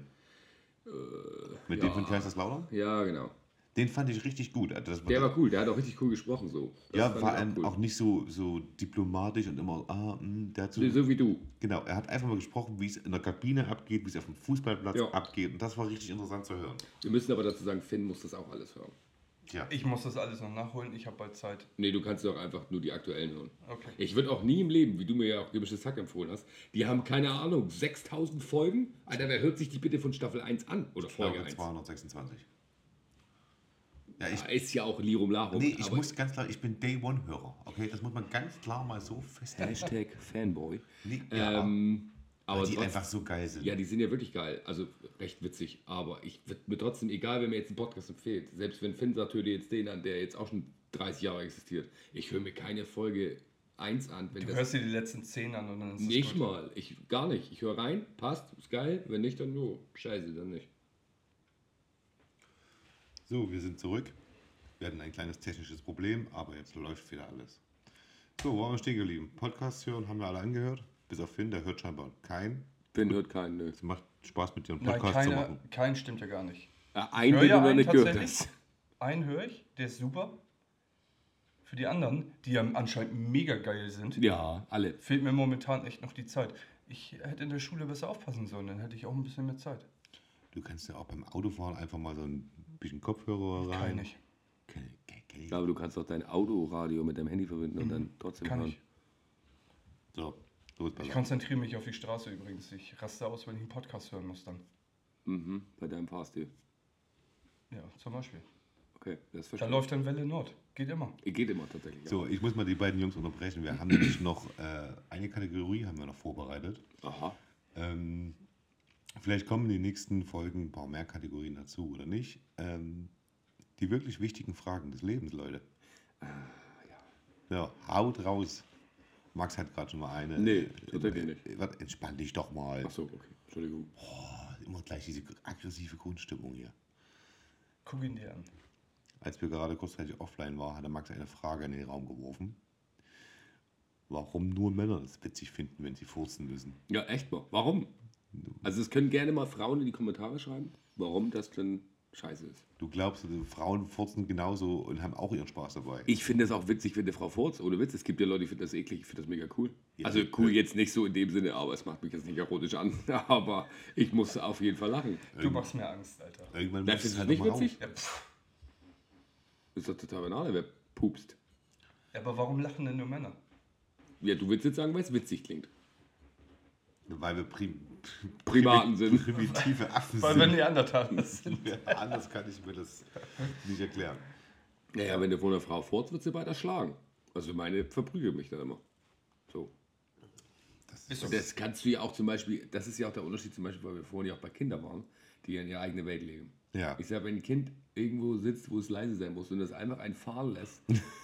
Mit
Äh, ja.
dem von Kaiserslautern?
Ja, genau.
Den fand ich richtig gut. Also das
Der war cool, der hat auch richtig cool gesprochen so. Das
ja,
fand
vor
ich
allem
cool.
auch nicht so, so diplomatisch und immer, ah, hm, der hat so,
so wie du.
Genau, er hat einfach mal gesprochen, wie es in der Kabine abgeht, wie es auf dem Fußballplatz
Ja.
abgeht. Und das war richtig interessant zu hören.
Wir müssen aber dazu sagen, Finn muss das auch alles hören.
Tja,
Ich muss das alles noch nachholen, ich habe bald Zeit.
Nee, du kannst doch einfach nur die aktuellen hören.
Okay.
Ich würde auch nie im Leben, wie du mir ja auch gemischtes Hack empfohlen hast, die haben keine Ahnung, 6000 Folgen? Alter, wer hört sich die bitte von Staffel 1 an? Oder
ich
Folge
glaube
1?
226. Ja, ich,
Da ist ja auch Lirum Larum.
nee, ich
aber-
muss ganz klar, ich bin Day-One-Hörer. Okay, das muss man ganz klar mal so festhalten.
Hashtag Fanboy.
Nee,
Ähm,
ja,
aber
weil die
trotzdem-
einfach so geil sind.
Ja, die sind ja wirklich geil. Also recht witzig. Aber ich würde mir trotzdem, egal wer mir jetzt einen Podcast empfiehlt, selbst wenn Finn sagt, hör dir jetzt den an, der jetzt auch schon 30 Jahre existiert, ich höre mir keine Folge 1 an. Wenn
Du
das
hörst dir die letzten 10 an und dann ist es
nicht
gut.
mal. Ich, gar nicht. Ich höre rein, passt, ist geil. Wenn nicht, dann nur. Scheiße, dann nicht.
So, wir sind zurück. Wir hatten ein kleines technisches Problem, aber jetzt läuft wieder alles. So, wo waren wir stehen geblieben? Podcasts hören haben wir alle angehört. Bis auf Finn, der hört scheinbar keinen.
Finn hört keinen, nö.
Es macht Spaß mit dir einen
Nein,
Podcast zu
keiner,
machen.
kein stimmt ja gar nicht.
Einen,
Hör
Äh, den
ja
du noch
einen
nicht gehört
tatsächlich.
hast.
Einen höre ich, der ist super. Für die anderen, die ja anscheinend mega geil sind,
Ja, alle.
fehlt mir momentan echt noch die Zeit. Ich hätte in der Schule besser aufpassen sollen, dann hätte ich auch ein bisschen mehr Zeit.
Du kannst ja auch beim Autofahren einfach mal so ein bisschen Kopfhörer rein.
Kann ich.
Kann- kann- kann-
aber du kannst auch dein Autoradio mit deinem Handy verbinden und dann trotzdem
Mhm. Kann ich.
So, los bei
Ich konzentriere mich auf die Straße übrigens. Ich raste aus, wenn ich einen Podcast hören muss dann.
Mhm, bei deinem Fahrstil.
Ja, zum Beispiel.
Okay, das
Da
verstehe
läuft dann Welle Nord. Geht immer.
ich. Geht immer tatsächlich.
So, ich muss mal die beiden Jungs unterbrechen. Wir haben nämlich noch äh, eine Kategorie haben wir noch vorbereitet.
Aha.
Ähm, vielleicht kommen in den nächsten Folgen ein paar mehr Kategorien dazu oder nicht. Ähm, die wirklich wichtigen Fragen des Lebens, Leute.
Ah,
ja. haut raus. Max hat gerade schon mal eine.
Nee, tatsächlich nicht.
Äh, warte, Entspann dich doch mal.
Achso, okay. Entschuldigung.
Immer gleich diese aggressive Grundstimmung hier.
Guck ihn dir an.
Als wir gerade kurzzeitig offline waren, hatte Max eine Frage in den Raum geworfen. Warum nur Männer es witzig finden, wenn sie furzen müssen?
Ja, echt mal. Warum? Also es können gerne mal Frauen in die Kommentare schreiben, warum das denn scheiße ist.
Du glaubst, die Frauen furzen genauso und haben auch ihren Spaß dabei.
Ich finde das auch witzig, wenn eine Frau furzt, ohne Witz. Es gibt ja Leute, die finden das eklig, ich finde das mega cool. also cool jetzt nicht so in dem Sinne, aber es macht mich jetzt nicht erotisch an. Aber ich muss auf jeden Fall lachen.
Du machst mir Angst, Alter.
Irgendwann
Na,
muss
findest
es
du
halt
nicht
mal raus.
witzig?
Ja, pff.
Ist doch total banal, wer pupst.
Aber warum lachen denn nur Männer?
Ja, du willst jetzt sagen, weil es witzig klingt.
Weil wir prim
Primaten
primi-
sind.
primitive Affen
Weil wir
sind.
Neandertaler sind.
Ja, anders kann ich mir das nicht erklären.
Naja, wenn du von einer Frau furzt, wird sie weiter schlagen. Also meine verprügelt mich dann immer. So.
Das
Ist
ist
so.
Das kannst du ja auch zum Beispiel, das ist ja auch der Unterschied zum Beispiel, weil wir vorhin ja auch bei Kindern waren, die ja in ihrer eigenen Welt leben.
ja.
Ich sag, wenn ein Kind irgendwo sitzt, wo es leise sein muss und das einfach einen fahren lässt,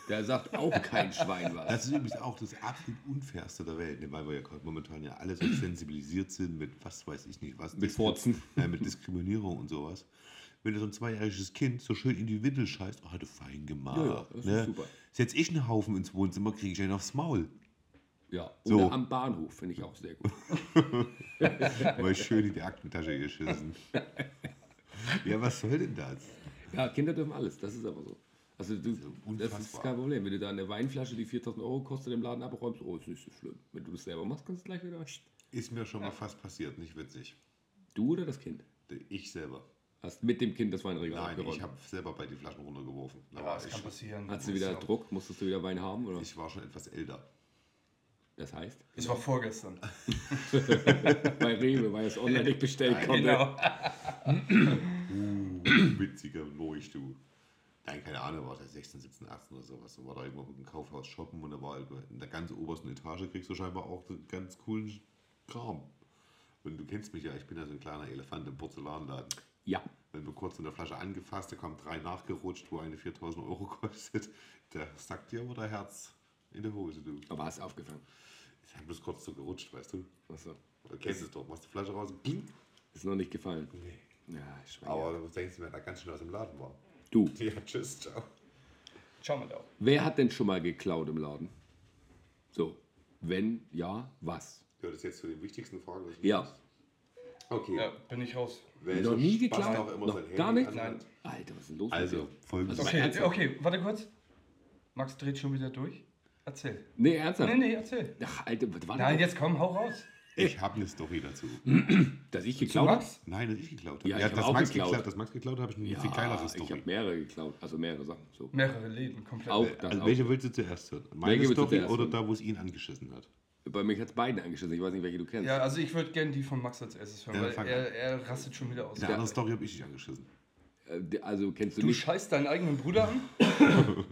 da sagt auch kein Schwein was.
Das ist übrigens auch das absolut unfairste der Welt, ne, weil wir ja gerade momentan ja alle so sensibilisiert sind mit was weiß ich nicht was.
Mit Furzen.
Ja, mit Diskriminierung und sowas. Wenn du so ein zweijähriges Kind so schön in die Windel scheißt, oh, hat er fein gemacht.
Ja, ja, das ist
ne?
super.
Setz ich einen Haufen ins Wohnzimmer, kriege ich einen aufs Maul.
Ja,
So.
oder am Bahnhof finde ich auch sehr gut.
Weil schön in die Aktentasche geschissen. ja, was soll denn das?
Ja, Kinder dürfen alles, das ist aber so. Also du, das ist
unfassbar.
kein Problem. Wenn du da eine Weinflasche, die 4000 Euro kostet, im Laden abräumst, oh, ist nicht so schlimm. Wenn du das selber machst, kannst du gleich wieder.
Ist mir schon mal fast passiert, nicht witzig.
Du oder das Kind?
Ich selber.
Hast mit dem Kind das Weinregal
Nein,
abgeräumt.
ich habe selber bei die Flaschen runtergeworfen. Da
Ja,
war
das
ich,
kann passieren.
Hattest du wieder
Ist ja-
Druck? Musstest du wieder Wein haben? Oder?
ich war schon etwas älter.
das heißt?
Das war vorgestern.
bei Rewe, weil es online nicht
Genau.
bestellt konnte.
Genau.
Witziger Leuch, du. Nein, keine Ahnung, war das 16, 17, 18 oder sowas. Und war da irgendwo im Kaufhaus shoppen und da war halt in der ganz obersten Etage kriegst du scheinbar auch so ganz coolen Kram. Und du kennst mich ja, ich bin ja so ein kleiner Elefant im Porzellanladen.
Ja.
Wenn du kurz in der Flasche angefasst, da kommen drei nachgerutscht, wo eine 4000 Euro kostet, da sagt dir aber der Herz in der Hose, du.
Aber hast aufgefangen.
Ich habe bloß kurz so gerutscht, weißt du?
Achso.
Du kennst es doch, machst die Flasche raus, bling.
Ist noch nicht gefallen.
Nee.
Ja, ich schwöre.
Aber du denkst mir, da ganz schön aus dem Laden war.
Du,
Ja, tschüss, ciao.
Schau mal da.
wer hat denn schon mal geklaut im Laden? So. Wenn ja, was?
Gehört das jetzt zu den wichtigsten Fragen? des
Ja.
Lebens? Okay.
Ja, bin ich raus.
Welcher
Noch nie
Spast
geklaut?
auch immer
Noch
sein Handy
gar nicht?
anhat?
Alter, was ist denn los
Also,
mit dir?
folgendes.
Also-
Okay,
ernsthaft?
okay, warte kurz. Max dreht schon wieder durch. Erzähl.
Nee, ernsthaft.
Nee, nee, erzähl.
Ach, Alter, was war
Nein,
das?
jetzt komm, hau raus.
ich habe eine Story dazu.
Dass ich
Zu
geklaut habe?
Max?
Nein, das ich geklaut habe.
Ja, ich hab
das
auch
Max
geklaut.
geklaut. Das Max geklaut habe ich eine viel kleinere
Ah, ich habe
Story.
mehrere geklaut. Also mehrere Sachen. So.
Mehrere Läden, komplett.
Auch das
Also,
auch.
welche willst du zuerst hören? Meine
Welche willst du
Story
zuerst
oder
hören?
da, wo es ihn angeschissen hat?
Bei mir hat beiden angeschissen. Ich weiß nicht, welche du kennst.
Ja, also ich würde gerne die von Max als erstes hören,
Ja,
weil
fang
er, er rastet schon wieder aus.
In der anderen Story habe ich dich angeschissen.
Äh, die- Also kennst du,
Du
nicht
scheißt deinen eigenen Bruder an?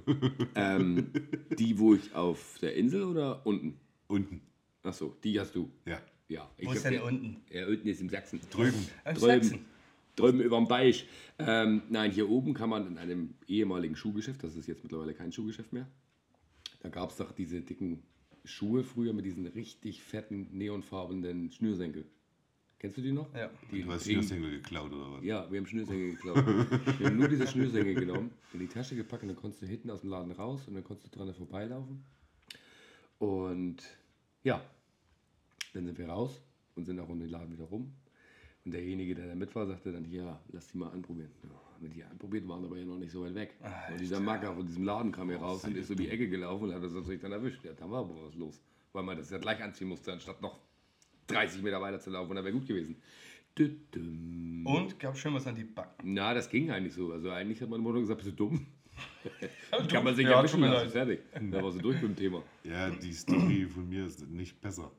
ähm, die, wo ich auf der Insel oder unten?
Unten.
Ach so, die hast du.
Ja.
Ja. Ich
Wo ist
hab
denn
ja-
unten?
Ja, unten ist im Sachsen.
Drüben.
Im
Drüben,
Sachsen.
drüben über dem Beich. Ähm, nein, hier oben kann man in einem ehemaligen Schuhgeschäft, das ist jetzt mittlerweile kein Schuhgeschäft mehr, da gab es doch diese dicken Schuhe früher mit diesen richtig fetten, neonfarbenen Schnürsenkel. Kennst du die noch?
Ja.
Die
Du hast
pink-
die Single geklaut oder was?
Ja, wir haben Schnürsenkel geklaut. wir haben nur diese Schnürsenkel genommen, in die Tasche gepackt und dann konntest du hinten aus dem Laden raus und dann konntest du dran vorbeilaufen. Und ja, dann sind wir raus und sind auch um den Laden wieder rum. Und derjenige, der da mit war, sagte dann, hier, lass die mal anprobieren. Ja, haben wir die anprobiert, waren aber ja noch nicht so weit weg. Und dieser Macker von diesem Laden kam hier raus und ist um die Ecke gelaufen und hat uns natürlich dann erwischt. Ja, da war aber was los, weil man das ja gleich anziehen musste, anstatt noch 30 Meter weiter zu laufen. Und da wäre gut gewesen. Tü-tüm.
Und gab schön was an die Backen.
Na, das ging eigentlich so. Also eigentlich hat meine Mutter gesagt, bist du dumm? Kann man sich
Ja,
ja
tut
wischen
mir
lassen,
leid.
fertig. Da warst du durch mit dem Thema.
Ja, die Story von mir ist nicht besser.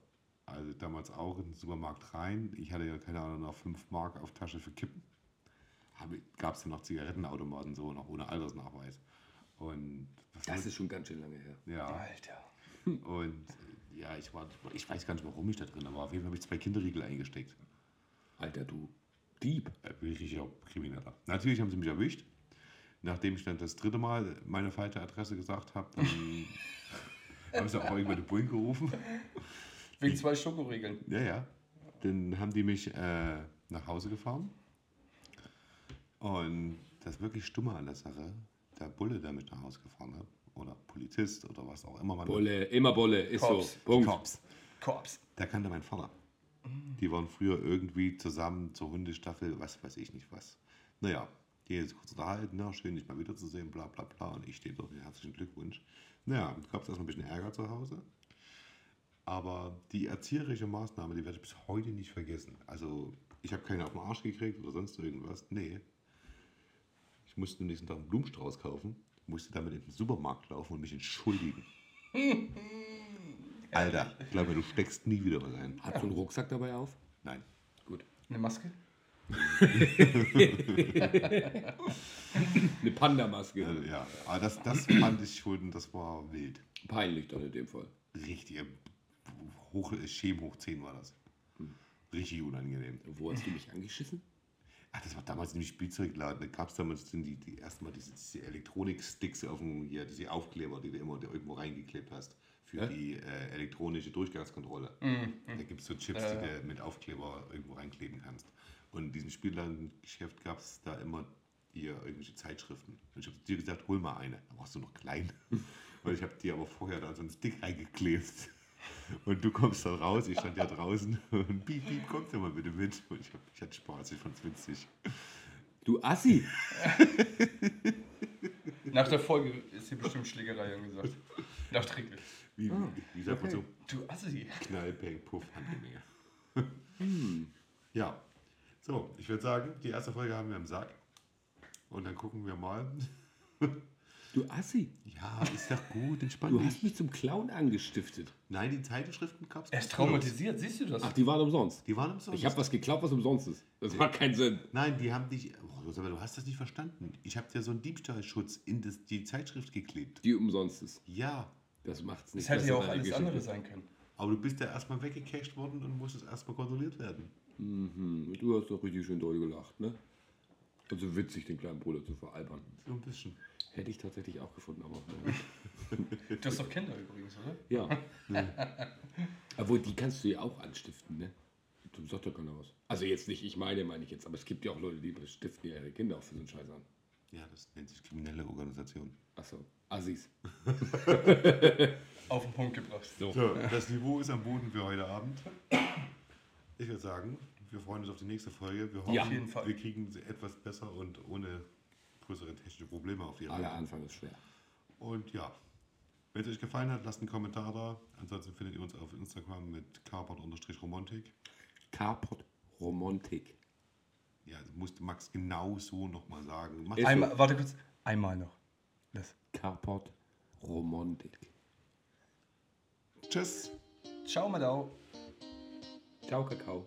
Also damals auch in den Supermarkt rein. Ich hatte ja keine Ahnung, noch 5 Mark auf Tasche für Kippen. Gab es ja noch Zigarettenautomaten so, noch ohne Altersnachweis. Und was
Das ist schon ganz schön lange her.
ja,
Alter.
und äh, ja, ich, war, ich weiß gar nicht, warum ich da drin war. Auf jeden Fall habe ich zwei Kinderriegel eingesteckt.
Alter, du Dieb.
Äh, bin ich richtiger Krimineller. Natürlich haben sie mich erwischt. Nachdem ich dann das dritte Mal meine falsche Adresse gesagt habe, dann haben sie auch irgendwann die Bullen gerufen.
Wegen zwei Schokoriegeln.
Ja, ja. Dann haben die mich äh, nach Hause gefahren. Und das wirklich Stumme an der Sache, der Bulle, der mich nach Hause gefahren hat, oder Polizist oder was auch immer man
Bolle, immer Bolle, ist
Cops.
so. Punkt.
Cops,
Korps.
der kannte meinen Vater. Die waren früher irgendwie zusammen zur Hundestaffel, was weiß ich nicht was. Naja, die jetzt kurz unterhalten, na, schön dich mal wiederzusehen, bla bla bla. Und ich stehe dort, ja, herzlichen Glückwunsch. Naja, gab es erstmal ein bisschen Ärger zu Hause. Aber die erzieherische Maßnahme, die werde ich bis heute nicht vergessen. Also, ich habe keine auf den Arsch gekriegt oder sonst irgendwas. Nee. Ich musste am nächsten Tag einen Blumenstrauß kaufen, musste damit in den Supermarkt laufen und mich entschuldigen. Alter, ich glaube, du steckst nie wieder was ein.
Hat so einen Rucksack dabei auf?
Nein.
Gut.
Eine Maske?
Eine Panda-Maske.
Also, ja, aber das, das fand ich schon, das war wild.
Peinlich dann in dem Fall.
Richtig. Hoch, Schem hoch 10 war das. Richtig unangenehm.
Wo hast du mich
Ach,
angeschissen?
Ah, das war damals nämlich Spielzeugladen. Da gab es damals sind die, die erstmal diese, diese Elektronik-Sticks auf dem, hier, diese Aufkleber, die du immer irgendwo reingeklebt hast. Für
Hä?
die äh, elektronische Durchgangskontrolle. Da gibt es so Chips, die du mit Aufkleber irgendwo reinkleben kannst. Und in diesem Spielladenggeschäft gab es da immer hier irgendwelche Zeitschriften. Und ich habe dir gesagt, hol mal eine. Da warst du noch klein. Und ich habe dir aber vorher da so einen Stick reingeklebt. Und du kommst da raus, ich stand ja draußen und piep, piep, kommst ja mal bitte mit. Und ich, hab, ich hatte Spaß, ich fand's witzig.
Du Assi!
Nach der Folge ist hier bestimmt Schlägerei angesagt. Nachträglich.
Wie, wie sagt man so?
Du Assi.
Knall, Peng, Puff, Handgemenge. Ja, so, ich würde sagen, die erste Folge haben wir im Sack. Und dann gucken wir mal,
Du Assi,
Ja, ist doch gut, entspann
du
dich.
hast mich zum Clown angestiftet.
Nein, die Zeitschriften gab es
Er ist traumatisiert, siehst du das?
Ach, die waren umsonst.
Die waren umsonst.
Ich habe was geklaut, was umsonst ist. Das macht keinen Sinn.
Nein, die haben dich. Oh, Rosa, aber du hast das nicht verstanden. Ich habe dir so einen Diebstahlschutz in das, die Zeitschrift geklebt.
Die umsonst ist.
Ja,
Das macht's nicht.
das hätte
besser,
ja auch
deine
alles
Geschichte.
andere sein können.
aber du bist ja erstmal weggecasht worden und musstest erstmal kontrolliert werden.
Mhm. Du hast doch richtig schön doll gelacht, ne? Also witzig, den kleinen Bruder zu veralbern.
So ein bisschen.
Hätte ich tatsächlich auch gefunden, aber.
Du hast doch Kinder übrigens, oder?
ja. Obwohl, die kannst du ja auch anstiften, ne? Du sagt doch keiner was. Also jetzt nicht, ich meine, meine ich jetzt. Aber es gibt ja auch Leute, die stiften ja ihre Kinder auch für so einen Scheiß an.
Ja, das nennt sich kriminelle Organisation.
Achso, Assis.
Auf den Punkt gebracht.
So, das Niveau ist am Boden für heute Abend. Ich würde sagen, wir freuen uns auf die nächste Folge. Wir hoffen,
Ja.
Auf jeden Fall.
wir kriegen sie etwas besser und ohne größere technische Probleme auf
Ah,
die
Aller
Reihe.
Anfang ist schwer.
Und ja, wenn es euch gefallen hat, lasst einen Kommentar da. Ansonsten findet ihr uns auf Instagram mit carport-romantik.
Carport Romantik.
Ja, das musste Max genau so nochmal sagen. Max,
Ist-
Einmal, warte kurz. Einmal noch. Das.
Carport Romantik.
tschüss!
Ciao, Madau.
Ciao, Kakao.